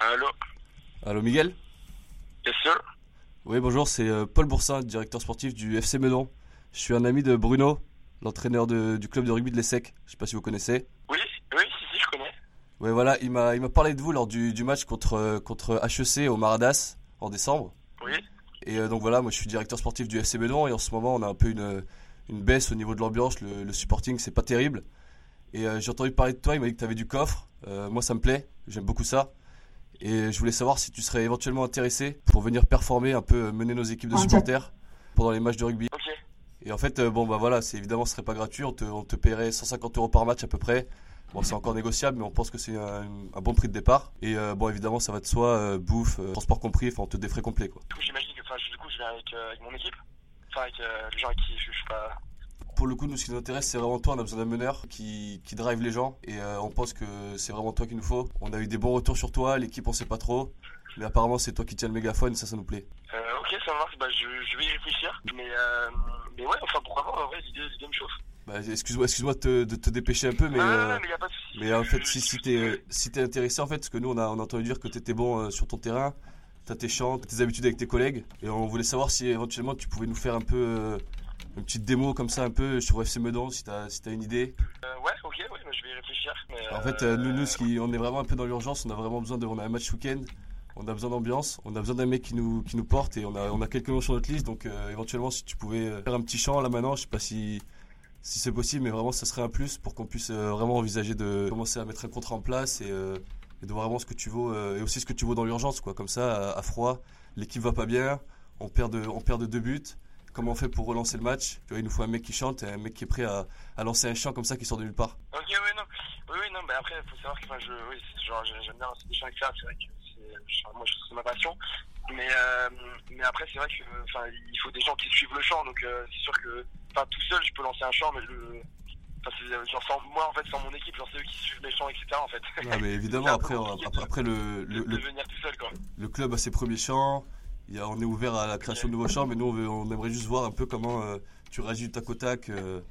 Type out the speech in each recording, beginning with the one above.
Allô Allô Miguel Yes, sir Oui bonjour, c'est euh, Paul Boursin, directeur sportif du FC Meudon. Je suis un ami de Bruno, l'entraîneur de- du club de rugby de l'ESSEC. Je sais pas si vous connaissez. Oui, oui, si, si, je connais. Ouais voilà, il m'a il m'a parlé de vous lors du, du match contre, euh, contre HEC au Maradas en décembre. Oui. Et euh, donc voilà, moi je suis directeur sportif du FC Meudon et en ce moment on a un peu une, euh, une baisse au niveau de l'ambiance, le, le supporting c'est pas terrible. Et euh, j'ai entendu parler de toi, il m'a dit que tu avais du coffre. Euh, moi ça me plaît, j'aime beaucoup ça. Et euh, je voulais savoir si tu serais éventuellement intéressé pour venir performer un peu, euh, mener nos équipes de Ok. supporters pendant les matchs de rugby. Ok. Et en fait, euh, bon bah voilà, c'est évidemment ce serait pas gratuit, on te, on te paierait 150 euros par match à peu près. Bon, c'est encore négociable, mais on pense que c'est un, un bon prix de départ. Et euh, bon, évidemment, ça va de soi, euh, bouffe, euh, transport compris, enfin, on te défrait complet, quoi. Du coup, j'imagine que, enfin, je- du coup, je viens avec, euh, avec mon équipe. Enfin, avec euh, les gens avec qui je, je suis pas. Pour le coup, nous, ce qui nous intéresse, c'est vraiment toi. On a besoin d'un meneur qui, qui drive les gens. Et euh, on pense que c'est vraiment toi qu'il nous faut. On a eu des bons retours sur toi. L'équipe, on sait pas trop. Mais apparemment, c'est toi qui tiens le mégaphone. Ça, ça nous plaît. Euh, ok, ça marche, bah, je, je vais y réfléchir. Mais, euh, mais ouais, enfin, pourquoi pas, en vrai, l'idée l'idée me chauffe. Bah, excuse-moi excuse-moi de, te- de te dépêcher un peu, mais. non, non, euh, non, mais y a pas de soucis. Mais en fait, si, si t'es euh, si t'es intéressé, en fait, parce que nous, on a, on a entendu dire que t'étais bon euh, sur ton terrain, t'as tes chants, t'as tes habitudes avec tes collègues, et on voulait savoir si éventuellement tu pouvais nous faire un peu euh, une petite démo comme ça, un peu sur FC Meudon, si t'as si t'as une idée. Euh, ouais, ok, ouais, bah, je vais y réfléchir. Mais, Alors, en fait, euh, nous, nous, ce qui- on est vraiment un peu dans l'urgence, on a vraiment besoin de, on a un match week-end, on a besoin d'ambiance, on a besoin d'un mec qui nous, qui nous porte, et on a, on a quelques noms sur notre liste, donc euh, éventuellement, si tu pouvais euh, faire un petit chant là maintenant, je sais pas si. Si c'est possible, mais vraiment, ça serait un plus pour qu'on puisse euh, vraiment envisager de commencer à mettre un contrat en place et, euh, et de voir vraiment ce que tu vaux euh, et aussi ce que tu vaux dans l'urgence, quoi. Comme ça, à, à froid, l'équipe va pas bien, on perd de, on perd de deux buts. Comment on fait pour relancer le match Tu vois, il nous faut un mec qui chante et un mec qui est prêt à, à lancer un chant comme ça qui sort de nulle part. Ok, ouais, non. Oui, oui, non, mais après, faut savoir que, enfin, je, oui, c'est- genre, j'ai- j'aime bien lancer des chiens avec ça, c'est vrai que c'est, je- moi, je- c'est ma passion. Mais, euh, mais après, c'est vrai que, enfin, il faut des gens qui suivent le chant, donc, euh, c'est sûr que, enfin, tout seul, je peux lancer un chant, mais le, enfin, c'est, euh, genre, sans, moi, en fait, sans mon équipe, genre, c'est eux qui suivent mes chants, etc., en fait. Non, mais évidemment, après, on- après, après le, le, de le- venir tout seul, quoi. le club a ses premiers chants. Il y a- on est ouvert à la création de nouveaux chants, mais nous, on, veut- on aimerait juste voir un peu comment euh, tu réagis du tac au tac. euh,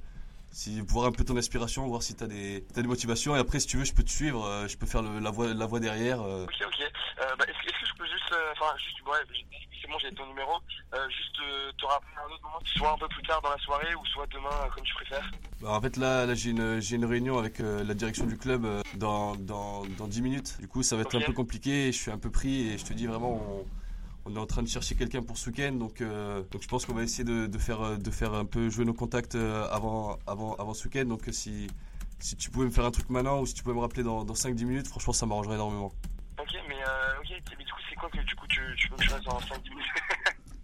si, voir un peu ton inspiration, voir si tu as, des t'as des motivations. Et après, si tu veux, je peux te suivre. euh, je peux faire le- la, voix, la voix derrière. euh. Ok, ok. Euh, bah, est-ce, que- est-ce que je peux juste, euh, enfin, juste, ouais, j'ai- c'est bon, j'ai ton numéro, euh, juste euh, te rappeler à un autre moment, soit un peu plus tard dans la soirée, ou soit demain, euh, comme tu préfères. Bah, en fait, là, là j'ai une, j'ai une réunion avec euh, la direction du club euh, dans, dans, dans 10 minutes. Du coup, ça va être Ok. un peu compliqué. Je suis un peu pris et je te dis vraiment, on, on est en train de chercher quelqu'un pour ce week-end. Donc, euh, donc je pense qu'on va essayer de, de, faire, euh, de faire un peu jouer nos contacts euh, avant, avant, avant ce week-end. Donc, euh, si, si tu pouvais me faire un truc maintenant ou si tu pouvais me rappeler dans, dans 5-10 minutes, franchement, ça m'arrangerait énormément. Ok, mais, euh, ok, mais du coup, c'est quoi que du coup, tu, tu veux que je fasse en 5-10 minutes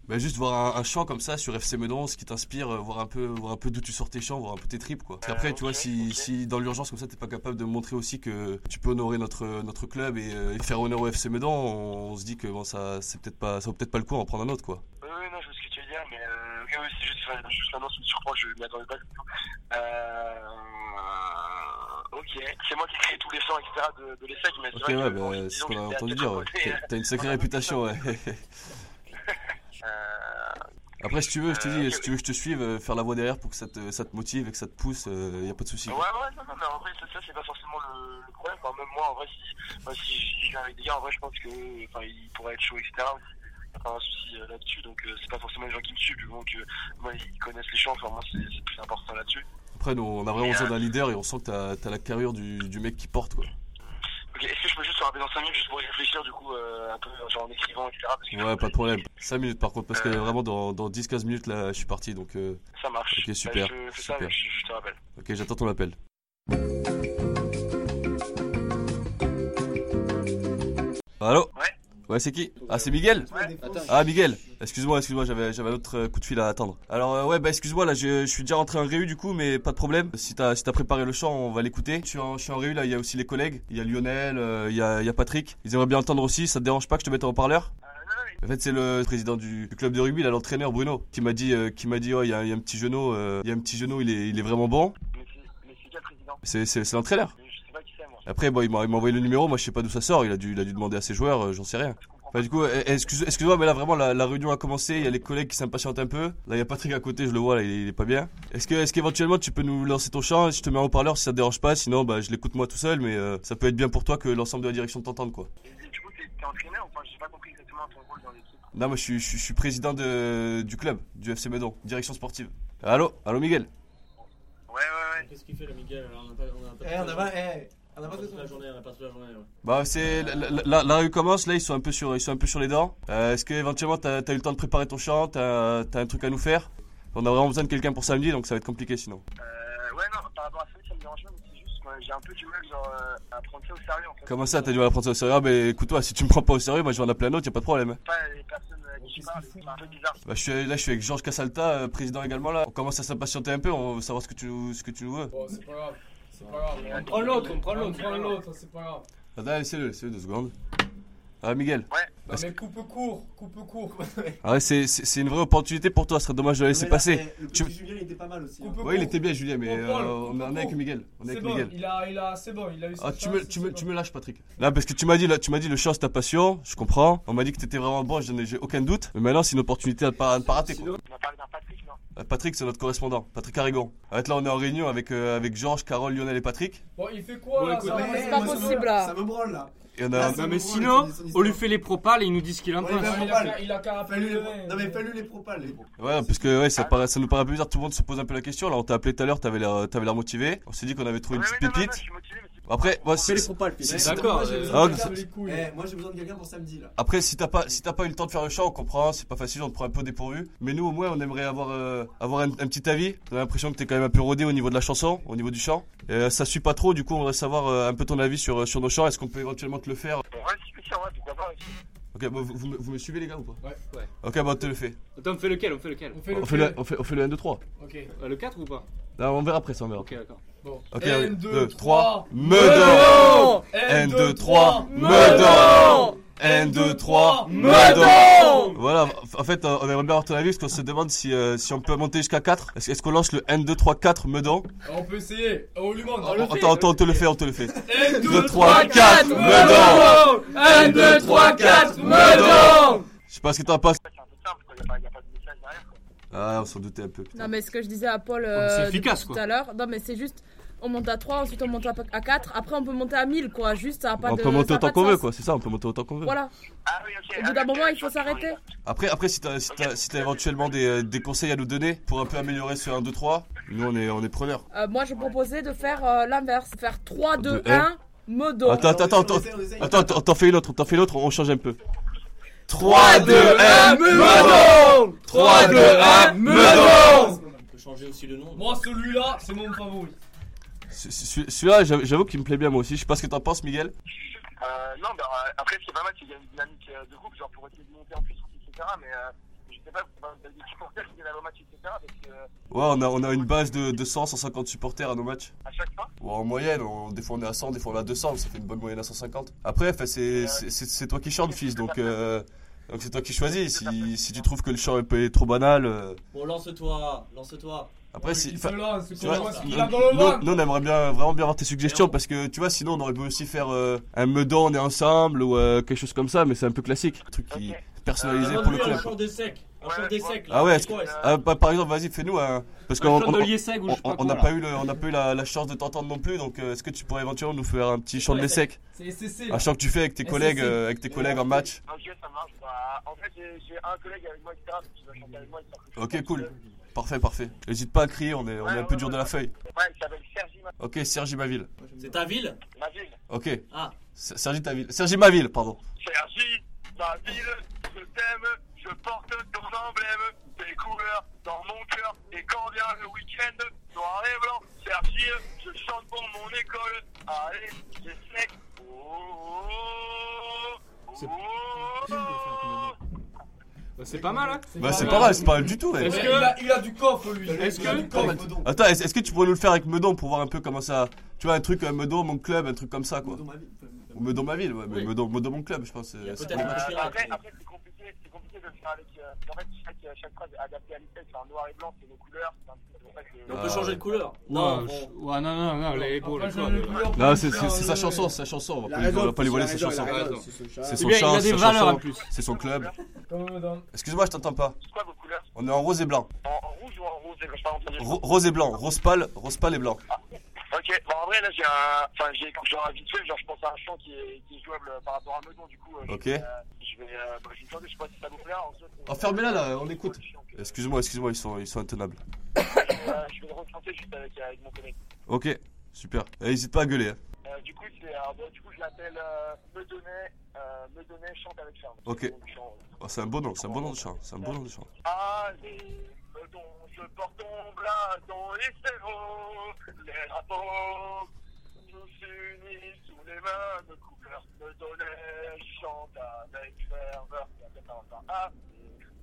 Bah, juste voir un, un chant comme ça sur FC Meudon, ce qui t'inspire, euh, voir un peu, voir un peu d'où tu sors tes chants, voir un peu tes tripes quoi. Parce qu'après, Euh, tu vois, ok, si, ok. si dans l'urgence comme ça, t'es pas capable de montrer aussi que tu peux honorer notre notre club et, euh, et faire honneur au FC Meudon, on, on se dit que bon, ça c'est peut-être pas, ça vaut peut-être pas le coup, on en prendre un autre quoi. Oui, oui, non, je vois ce que tu veux dire, mais euh, oui, oui, c'est juste, enfin, juste maintenant, ça me surprend, je m'y attendais pas du tout. Euh, ok, c'est moi qui crée tous les chants, etc. de, de l'ESSEC, mais c'est Ok, vrai ouais, que, bah, bon, disons c'est ce que qu'on a j'étais à entendu tête dire. Ouais. reposée, T'as- T'as une sacrée on a entendu réputation, ouais. euh, Après, si tu veux, je te Euh, dis, ok, si tu veux que je te suive, euh, faire la voix derrière pour que ça te, ça te motive et que ça te pousse, euh, y a pas de souci. Ouais, ouais, non, non, mais en vrai, ça, ça, c'est pas forcément le, le problème. Enfin, même moi, en vrai, si, moi, si je viens avec des gars, en vrai, je pense que, enfin, ils pourraient être chauds, etc. Il a pas un souci euh, là-dessus, donc euh, c'est pas forcément les gens qui me suivent, donc euh, moi, ils connaissent les champs, enfin, moi, c'est c'est plus important là-dessus. Après, nous, on a vraiment Et, besoin euh, d'un leader et on sent que t'as t'as la carrure du, du mec qui porte quoi. Ok, est-ce que je peux juste te rappeler dans 5 minutes, juste pour y réfléchir, du coup, euh, un peu, genre en écrivant, etc. Parce que, Ouais, pas de problème. 5 minutes par contre, parce que Euh. vraiment dans, dans 10-15 minutes là, je suis parti donc. euh, Ça marche. Ok, super, Bah, je, fais ça, super. je- je te rappelle. ok, j'attends ton appel. Allô Ouais. Ouais, c'est qui Ah, c'est Miguel Attends, Ah, Miguel Excuse-moi, excuse-moi, j'avais j'avais un autre euh, coup de fil à attendre. Alors, euh, ouais, bah excuse-moi, là, je, je suis déjà rentré en réu du coup, mais pas de problème. Si t'as si t'as préparé le chant, on va l'écouter. Je, suis en- je suis en réu là, il y a aussi les collègues. Il y a Lionel, euh, il y, a, il y a Patrick. Ils aimeraient bien entendre aussi, ça te dérange pas que je te mette en haut-parleur Euh, en fait, c'est le président du, du club de rugby, là, l'entraîneur Bruno, qui m'a dit, euh, qui m'a dit, oh, il y, a il y a un petit genou, euh, il y a un petit genou, il est, il est vraiment bon. Mais c'est- mais c'est qui le président C'est, c'est, c'est l'entraîneur. Je sais pas qui c'est, moi. Après, bon, il m'a, il m'a envoyé le numéro, moi, je sais pas d'où ça sort. Il a dû, il a dû demander à ses joueurs, euh, j'en sais rien. Je comprends Enfin, du coup, eh, eh, excuse, excuse-moi, mais là, vraiment, la, la réunion a commencé. Il y a les collègues qui s'impatientent un peu. Là, il y a Patrick à côté, je le vois, là, il, est- il est pas bien. Est-ce que, est-ce qu'éventuellement, tu peux nous lancer ton chant Je te mets en haut-parleur si ça te dérange pas. Sinon, bah, je l'écoute moi tout seul, mais euh, ça peut être bien pour toi que l'ensemble de la direction t'entende, quoi. Et- et du coup, t'es- t'es entraîneur Enfin, j'ai pas compris exactement ton rôle dans l'équipe. Non, moi je suis, je suis- je suis président de, du club, du FC Meudon, direction sportive. Allô Allô Miguel Ouais, ouais, ouais. Qu'est-ce qu'il fait, le Miguel alors, On a pas, on a pas- Eh, on a pas, eh, on on a a pas pas de toute la journée, on a pas toute la journée. ouais. Bah c'est la, la- la- la rue commence là ils sont un peu sur ils sont un peu sur les dents. Euh, Est-ce que éventuellement t'as as eu le temps de préparer ton chant t'as t'as un truc à nous faire On a vraiment besoin de quelqu'un pour samedi donc ça va être compliqué sinon. Euh, ouais, non, par rapport à ça, ça me dérange pas, mais c'est juste, moi, j'ai un peu du mal, genre, euh, à prendre ça au sérieux, en fait. Comment ça t'as du mal à prendre ça au sérieux Ah, Mais écoute-toi si tu me prends pas au sérieux moi je vais en appeler un autre y a pas de problème. hein. Pas les personnes à qui je parle, c'est un peu bizarre. Bah je suis là je suis avec Georges Casalta euh, président également là. On commence à s'impatienter un peu on veut savoir ce que tu nous ce que tu nous veux. Bon, c'est pas grave. C'est pas grave. Ouais. Prends l'autre, prends l'autre, prends l'autre, c'est pas grave. Attends c'est le c'est le deux secondes. Ah Miguel. Non, mais coupe court, coupe court. Ah ouais, c'est c'est c'est une vraie opportunité pour toi ce serait dommage de la laisser Mais là, passer. eh, Le Tu- petit Julien il était pas mal aussi. hein. Coupe court. Oui il était bien Julien mais On parle, euh, on on est on est avec parle. Miguel on est C'est avec bon, Miguel. il a, il a, c'est bon, il a eu son Ah, tu chance, me, c'est tu, me, bon. tu me lâches, Patrick. Là, parce que tu m'as dit, là, tu m'as dit le chant, c'est ta passion. Je comprends. On m'a dit que t'étais vraiment bon. J'en ai, j'ai aucun doute. Mais maintenant, c'est une opportunité à ne pas, à ne pas rater. Quoi. On a parlé d'un Patrick, non Euh, Patrick, c'est notre correspondant. Patrick Arrigon. Arrête, là, on est en réunion avec, euh, avec Georges, Carole, Lionel et Patrick. Bon, il fait quoi Bon, là écoute, ça Ouais, va, ouais, ça pas va, moi, ça me- possible, là. Ça me branle là. Et on Ah, a, c'est Non, bon, mais ouais, sinon, c'est une on lui histoire. fait les propales et il nous dit ce qu'il en Ouais, pense. bah, Ah, il, a, Propal. ca- il a carapé Fallait le les- nez. Non mais fallait les propales. les- ouais, parce que, ouais, ça, paraît- ça nous paraît bizarre. Tout le monde se pose un peu la question. Là, on t'a appelé tout à l'heure. T'avais l'air, t'avais l'air motivé. On s'est dit qu'on avait trouvé une petite non, non, non, je pépite. suis motivé, mais c'est- Après, moi, Fais les si- propales, Pierre. c'est- Moi, d'accord, j'ai euh, besoin Ah, de ok, quelqu'un- les couilles. Eh, Moi j'ai besoin de quelqu'un pour samedi là. Après, si t'as pas, si t'as pas eu le temps de faire le chant, on comprend, c'est pas facile, on te prend un peu au dépourvu. Mais nous, au moins, on aimerait avoir, euh, avoir un, un petit avis. On a l'impression que t'es quand même un peu rodé au niveau de la chanson, au niveau du chant. Euh, ça suit pas trop, du coup, on va savoir euh, un peu ton avis sur, euh, sur nos chants. Est-ce qu'on peut éventuellement te le faire Bon, ouais, si, si, ouais, pourquoi pas, aussi. Ok, bah, vous, vous me- vous me suivez, les gars, ou pas Ouais. Ouais. Ok, bah, on te le fait. Attends, on fait lequel On fait lequel On fait le On fait le, pied. on fait, on fait le 1, 2, 3. Ok. Euh, Le 4 ou pas Là, on verra après ça, on verra. Ok, d'accord. Bon. Ok, Un, 1, deux, 2, trois. 3. Euh, Meudon Un, 1, 2, deux, 3. trois. Meudon Un, 1, deux, 2, 3. trois. Meudon Voilà, en fait, euh, on aimerait bien avoir ton avis parce qu'on se demande si, euh, si on peut monter jusqu'à 4. Est-ce est-ce qu'on lance le 1, 2, 3, 4 Meudon On peut essayer. Oh, On lui Ah, demande. Attends, attends, on te le fait, on te le fait. 1, 2, 3, 4 Meudon 1, 2, 3, 4, Meudon Je sais pas ce que t'en penses. Ouais, C'est un peu simple, quoi, y a pas, y a pas de message derrière, quoi. Ah, on s'en doutait un peu. Non, mais ce que je disais à Paul euh, C'est efficace, tout quoi. à l'heure, non, mais c'est juste, on monte à 3, ensuite on monte à à 4, après on peut monter à 1000, quoi. Juste, ça a pas On de. peut monter ça a autant pas de qu'on sens. veut, quoi. C'est ça, on peut monter autant qu'on veut. Voilà. Ah oui, ok. Au bout d'un moment, il faut s'arrêter. Après, après si t'as si t'as- si t'as éventuellement des, euh, des conseils à nous donner pour un peu améliorer ce 1, 2, 3, nous on est, on est preneurs. Euh, moi, je proposais de faire euh, l'inverse, faire 3, 2, Deux, 1, Meudon. Attends, attends, Alors, on attends, essaie, on essaie. Attends, on t'en fait une autre, on t'en fait une autre, on change un peu. 3, 2, Euh, 1, Meudon 3, 2, 1, Meudon On peut changer aussi le nom. Moi, celui-là, c'est mon favori. Celui-là, j'avoue j'avoue qu'il me plaît bien moi aussi. Je sais pas ce que t'en penses, Miguel. Euh, non, bah, euh, après, ce qui est pas mal, c'est qu'il y a une dynamique euh, de groupe, genre pour essayer de monter en puissance, etc. Mais euh, je sais pas, c'est pas une supporter qui est là au match, etc. Parce que euh, Ouais, on a, on a une base de 200, 150 supporters à nos matchs. à chaque fois, Ouais, en moyenne, on- des fois on est à 100, des fois on est à 200, ça fait une bonne moyenne à 150. Après, enfin, c'est c'est- c'est- c'est toi qui chantes, fils, donc euh, donc c'est toi qui choisis. Si, si tu trouves que le chant est peu- est trop banal. euh, Bon, lance-toi, lance-toi. Après, si. Il se enfin, lance, c'est C'est qu'on vrai, voit ce qu'il a dans le non, ventre. non, on aimerait bien, vraiment bien avoir tes suggestions Mais on- parce que tu vois, sinon on aurait pu aussi faire euh, un meudon, on est ensemble ou euh, quelque chose comme ça, mais c'est un peu classique. Un truc qui personnalisé On Euh, pour le lui, un club. chant des secs. Un Ouais, chant des ouais. secs. là. Ah ouais, C'est est-ce quoi, que- ça Ah, bah, par exemple, vas-y, fais-nous un. Parce qu'on Un chant on- de Lieseg ou je sais on- pas on n'a quoi, pas là. eu, le- on n'a pas eu la, la chance de t'entendre non plus, donc euh, est-ce que tu pourrais éventuellement nous faire un petit chant de l'ESSEC C'est SCC. Un chant que tu fais avec tes SCC. collègues, euh, avec tes collègues en match. ok, ça marche. Bah, en fait, j'ai j'ai un collègue avec moi, etc. qui va chanter avec moi. histoire que je Ok, chante cool. tout Parfait, parfait. N'hésite pas à crier, on est, on est un peu dur de la feuille. seul. Ouais, il s'appelle Sergi, ma, Ok, Sergi Maville. C'est ta ville ma ville. Ok. Ah. S- Sergi ta ville. Sergi Maville, pardon. Sergi, ma ville, je t'aime, je porte ton emblème, tes couleurs dans mon cœur. Et quand vient le week-end, noir et blanc, Sergi, je chante pour mon école. Allez, j'ai sec. Oh, oh, oh, oh. Bah, C'est pas mal, hein Bah, c'est pas mal, c'est pas mal du tout, ouais. Ouais, Est-ce que- il, a, il a du coffre, lui. Est-ce Il a que- du coffre. Meudon. Attends, est-ce est-ce que tu pourrais nous le faire avec Meudon pour voir un peu comment ça. Tu vois, un truc, euh, Meudon, mon club, un truc comme ça, quoi. Meudon, ma vie. Ou Meudon, ma ville, ouais, mais Oui. Meudon, Meudon, mon club, je pense. euh, Il y a c'est- peut-être- Euh, après, après c'est compliqué, c'est compliqué de le faire avec. euh, en fait, chaque, chaque phrase est adaptée à l'espèce. Enfin, noir et blanc, c'est nos couleurs. Enfin, c'est pour ça que- On Ah, peut changer ouais. de couleur. Non, Non, je- bon. ouais, non, non, non, les bon, Après, les je quoi, le le- couleur pour Non, lui c'est c'est- faire, c'est sa euh, chanson, c'est sa chanson. On va La pas lui- on va raison, pas lui voler la sa raison, chanson. Eh, la raison, Ouais. c'est ce chat. C'est C'est son Eh Ah, bien, il a chant, des c'est sa valeurs en chanson. plus. C'est son club. Comme Meudon. Excuse-moi, je t'entends pas. C'est quoi vos couleurs On est en rose et blanc. en, en rouge ou en rose Je sais pas entendu. Ro- rose et blanc, rose pâle, rose pâle et blanc. Ok, Ok, bon, en vrai, là, j'ai un. Enfin, j'ai genre habitué, genre, je pense à un champ qui est, qui est jouable par rapport à Meudon, du coup. euh, Ok. Je vais. euh, je vais, euh, bah, je vais tenter, je sais pas si ça vous plaira. en fait, Oh, fermez-la, là, on écoute. Euh, Excuse-moi, excuse-moi, ils sont, ils sont intenables. je vais le retenter juste avec, avec mon collègue. Ok, super. Eh, Hésite pas à gueuler. hein. Euh, du coup, c'est. alors, bon, du coup, je l'appelle euh, Meudonnet, euh, Meudonnet, chante avec ferme. Ok. Oh, c'est un beau nom, c'est un beau nom de chant. C'est un beau nom de chant. Allez, Meudon, je porte ton blason et c'est beau. Les drapeaux tous unis sous les mains de couleur. Meudonnet, chante avec ferveur. Il y a peut-être un temps. Ah,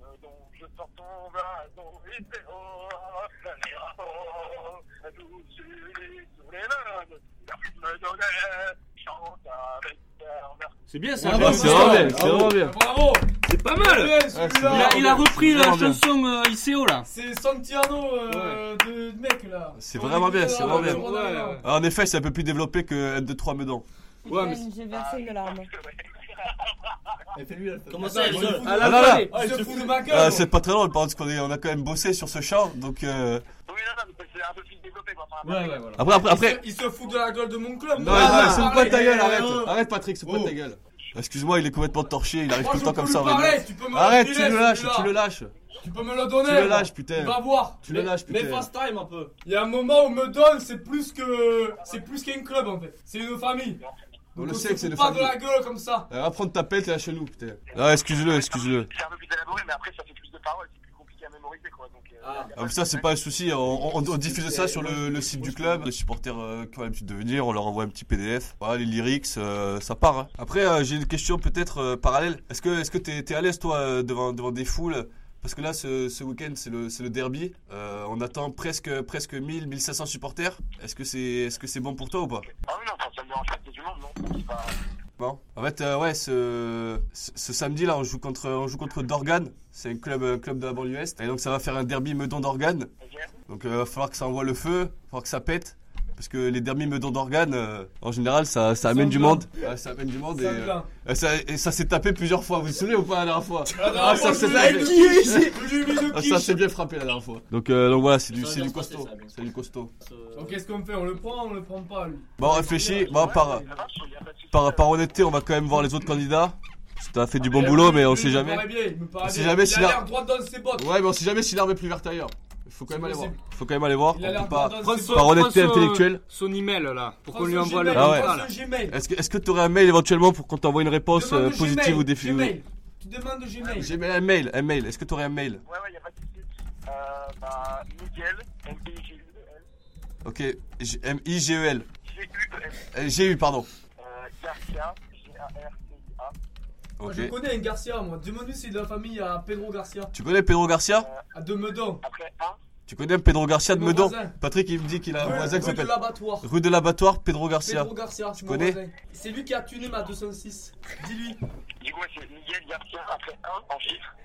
Meudon, je porte ton blason et c'est beau. Les drapeaux tous unis sous les mains de couleur. Meudonnet, chante avec ferveur. C'est bien Ah, bah, c'est Bravo. vraiment bien, c'est vraiment bien. Bravo C'est pas mal. Ouais, Il celui-là a, il a repris la Vraiment bien. chanson euh, ICO là. C'est Santiano euh, de de mec là. C'est vraiment bien, c'est vraiment bien. Ouais. Ah, en effet, c'est un peu plus développé que N2-3 Meudon. Ouais, mais J'ai versé une larme. Eh, Fais-lui l'alpha. Comment ça, il rigole. rigole Ah Ah là là là. Ah, il se fout de ma Euh, gueule. c'est pas très drôle, parce qu'on est- on a quand même bossé sur ce chant, donc euh, Oui, non, non, mais c'est un peu plus développé. quoi. Enfin, Ouais, ouais, voilà. après après Il se- après. Il se fout de la gueule de mon club. Ah, Ah, Non, moi, non, je c'est vais pas de ta parler. gueule, arrête, Euh, arrête Patrick, c'est pas de ta gueule. Excuse-moi, il est complètement torché, il arrive Moi, tout je le temps veux comme plus ça. parler, Aurélien. Tu peux me Arrête, tu reculer, le lâches, celui-là. tu le lâches, Tu peux me le donner. tu le moi. lâches, Il putain, va voir. tu le lâches, Mais putain. fast time un peu. Il y a un moment où on me donne, c'est plus que. C'est plus qu'un club en fait. C'est une famille. On Donc, le on sait se que c'est fout de Pas de famille. la gueule comme ça. Euh, Va prendre ta pète et lâche-nous, putain. Ah, excuse-le, excuse-le. C'est un peu plus élaboré, mais après, ça fait plus de paroles, c'est plus compliqué à mémoriser, quoi. Donc, euh, Ah. y a Ah, mais ça, c'est pas un souci, on, on- on diffuse ça sur le, le site du club. Les supporters euh, qui ont l'habitude de venir, on leur envoie un petit PDF. Voilà, les lyrics, euh, ça part. hein. Après, euh, j'ai une question peut-être euh, parallèle. Est-ce que est-ce que t'es t'es à l'aise, toi, euh, devant, devant des foules Parce que là, ce, ce week-end, c'est le, c'est le derby. Euh, on attend presque, presque 1000, 1500 supporters. Est-ce que c'est est -ce c'est bon pour toi ou pas Ah oui, non, enfin, ça me dérange pas, c'est du monde, non C'est pas... Bon. En fait, euh, ouais, ce, ce, ce samedi-là, on joue contre, on joue contre Dorgan. C'est un club, un club de la banlieue Est. Et donc, ça va faire un derby Meudon-Dorgan. Ok. Donc, il va falloir que ça envoie le feu, il va falloir que ça pète. Parce que les derbies Meudon d'organes, en général, ça, ça amène du Sanglin. monde. Ouais, ça amène du monde et, Ça me euh, plaint. et ça, et ça s'est tapé plusieurs fois. Vous vous souvenez ou pas la dernière fois Ah, ça, c'est la la- Ah, Ça s'est bien frappé la dernière fois. Donc, euh, donc voilà, c'est du, Ça va c'est bien du se passer, costaud. ça va bien se C'est du costaud. Ce- Donc qu'est-ce qu'on fait On le prend on le prend pas lui Bon, on réfléchit. Bon, par, Ça marche, y a pas de souci. par, par honnêteté, on va quand même voir les autres candidats. T'as fait du bon boulot, mais on sait Il me jamais. paraît bien, il me paraît On sait bien. jamais il si a la- l'air droit dans ses bottes. Ouais, mais on sait jamais si l'arbre est plus verte ailleurs. Il faut quand même aller voir. possible. faut quand même aller voir. Il a On l'air peut pas. droit dans Prends ses son- bottes. Par honnêteté prends son- intellectuelle. Son email là, pour Prends qu'on lui son envoie le. Gmail, Ah ouais. prends là. son Gmail. Est-ce que, est-ce que t'aurais un mail éventuellement pour qu'on t'envoie une réponse Demande euh, le positive Gmail, ou Ah, définitive Gmail. Tu demandes le Gmail. J'ai un mail, un mail. Est-ce que t'aurais un mail Ouais, ouais, y a pas de souci. Euh, bah, Miguel, M-I-G-U-E-L, Ok, J- M-I-G-E-L. G-U-E-L, E, Euh, G-U, pardon. euh, Garcia, G-A-R-C-I-A, Moi, Ok. Je connais un Garcia moi. Demande-lui si de la famille à Pedro Garcia. Tu connais Pedro Garcia À de Meudon. après 1, Tu connais Pedro Garcia de Mon Meudon voisin. Patrick, il me dit qu'il a un Rue voisin qui rue de s'appelle l'abattoir. Rue de l'Abattoir, Pedro Garcia. Pedro Garcia. Tu connais C'est lui qui a tuné ma 206. Dis-lui. du coup, ouais, c'est Miguel Garcia, après 1, en chiffre,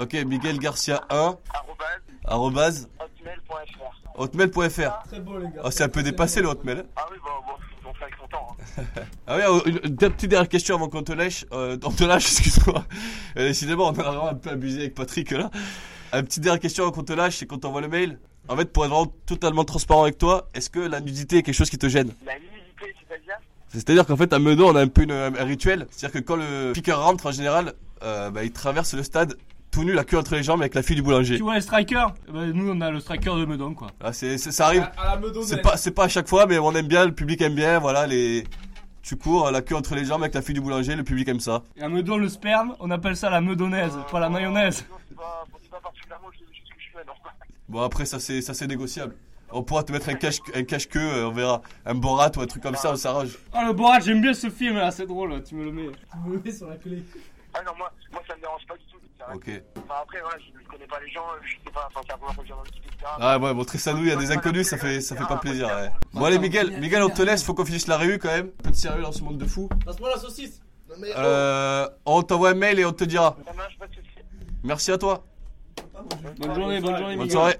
Ok, Miguel Garcia 1, arrobase, arrobase, hotmail.fr. hotmail.fr. Très beau les gars. Oh, c'est un peu dépassé le hotmail. hein. Ah oui, bah, bon, ils ont fait avec son temps. hein. Ah oui, une, une petite dernière question avant qu'on te lâche. Euh, on te lâche, excuse-moi. Euh, décidément, on a vraiment un peu abusé avec Patrick là. Une petite dernière question avant qu'on te lâche, c'est qu'on t'envoie le mail. En fait, pour être vraiment totalement transparent avec toi, est-ce que la nudité est quelque chose qui te gêne La nudité, c'est-à-dire C'est-à-dire qu'en fait, à Meudon, on a un peu une- un rituel. C'est-à-dire que quand le piqueur rentre, en général, euh, bah, il traverse le stade tout nu, la queue entre les jambes, avec la fille du boulanger. Tu vois le striker Bah, Nous on a le striker de Meudon quoi. Ah, c'est, c'est- ça À, arrive. à la Meudon. C'est pas, c'est pas à chaque fois, mais on aime bien, le public aime bien. Voilà, les... tu cours, la queue entre les jambes, avec la fille du boulanger, le public aime ça. Et à Meudon le sperme, on appelle ça la meudonnaise, Euh, pas la mayonnaise. Non, c'est pas, c'est pas particulièrement juste ce que je fais, non. Bon, après, ça c'est, ça c'est négociable. On pourra te mettre un cache, un cache queue, on verra. Un borat ou un truc comme ça, on s'arrange. Oh le Borat, j'aime bien ce film là, c'est drôle, tu me le mets. Tu me le mets sur la clé. Ah non, moi, moi ça me dérange pas du tout. C'est vrai Ok. que- Enfin, Bah, après, voilà, je ne connais pas les gens, je sais pas, enfin, c'est la première fois que je viens dans l'équipe, etc. Ah ouais, montrer ça nous, il y a des inconnus, ça fait, ça fait pas plaisir. Ouais. Bon, allez, Miguel, Miguel, on te laisse, faut qu'on finisse la réu quand même. Un peu de sérieux dans ce monde de fou. Passe-moi la saucisse. Non, mais. Euh, on t'envoie un mail et on te dira. Ça marche, pas de soucis. Merci à toi. Bonne journée, bonne journée. Bonne Miguel. soirée.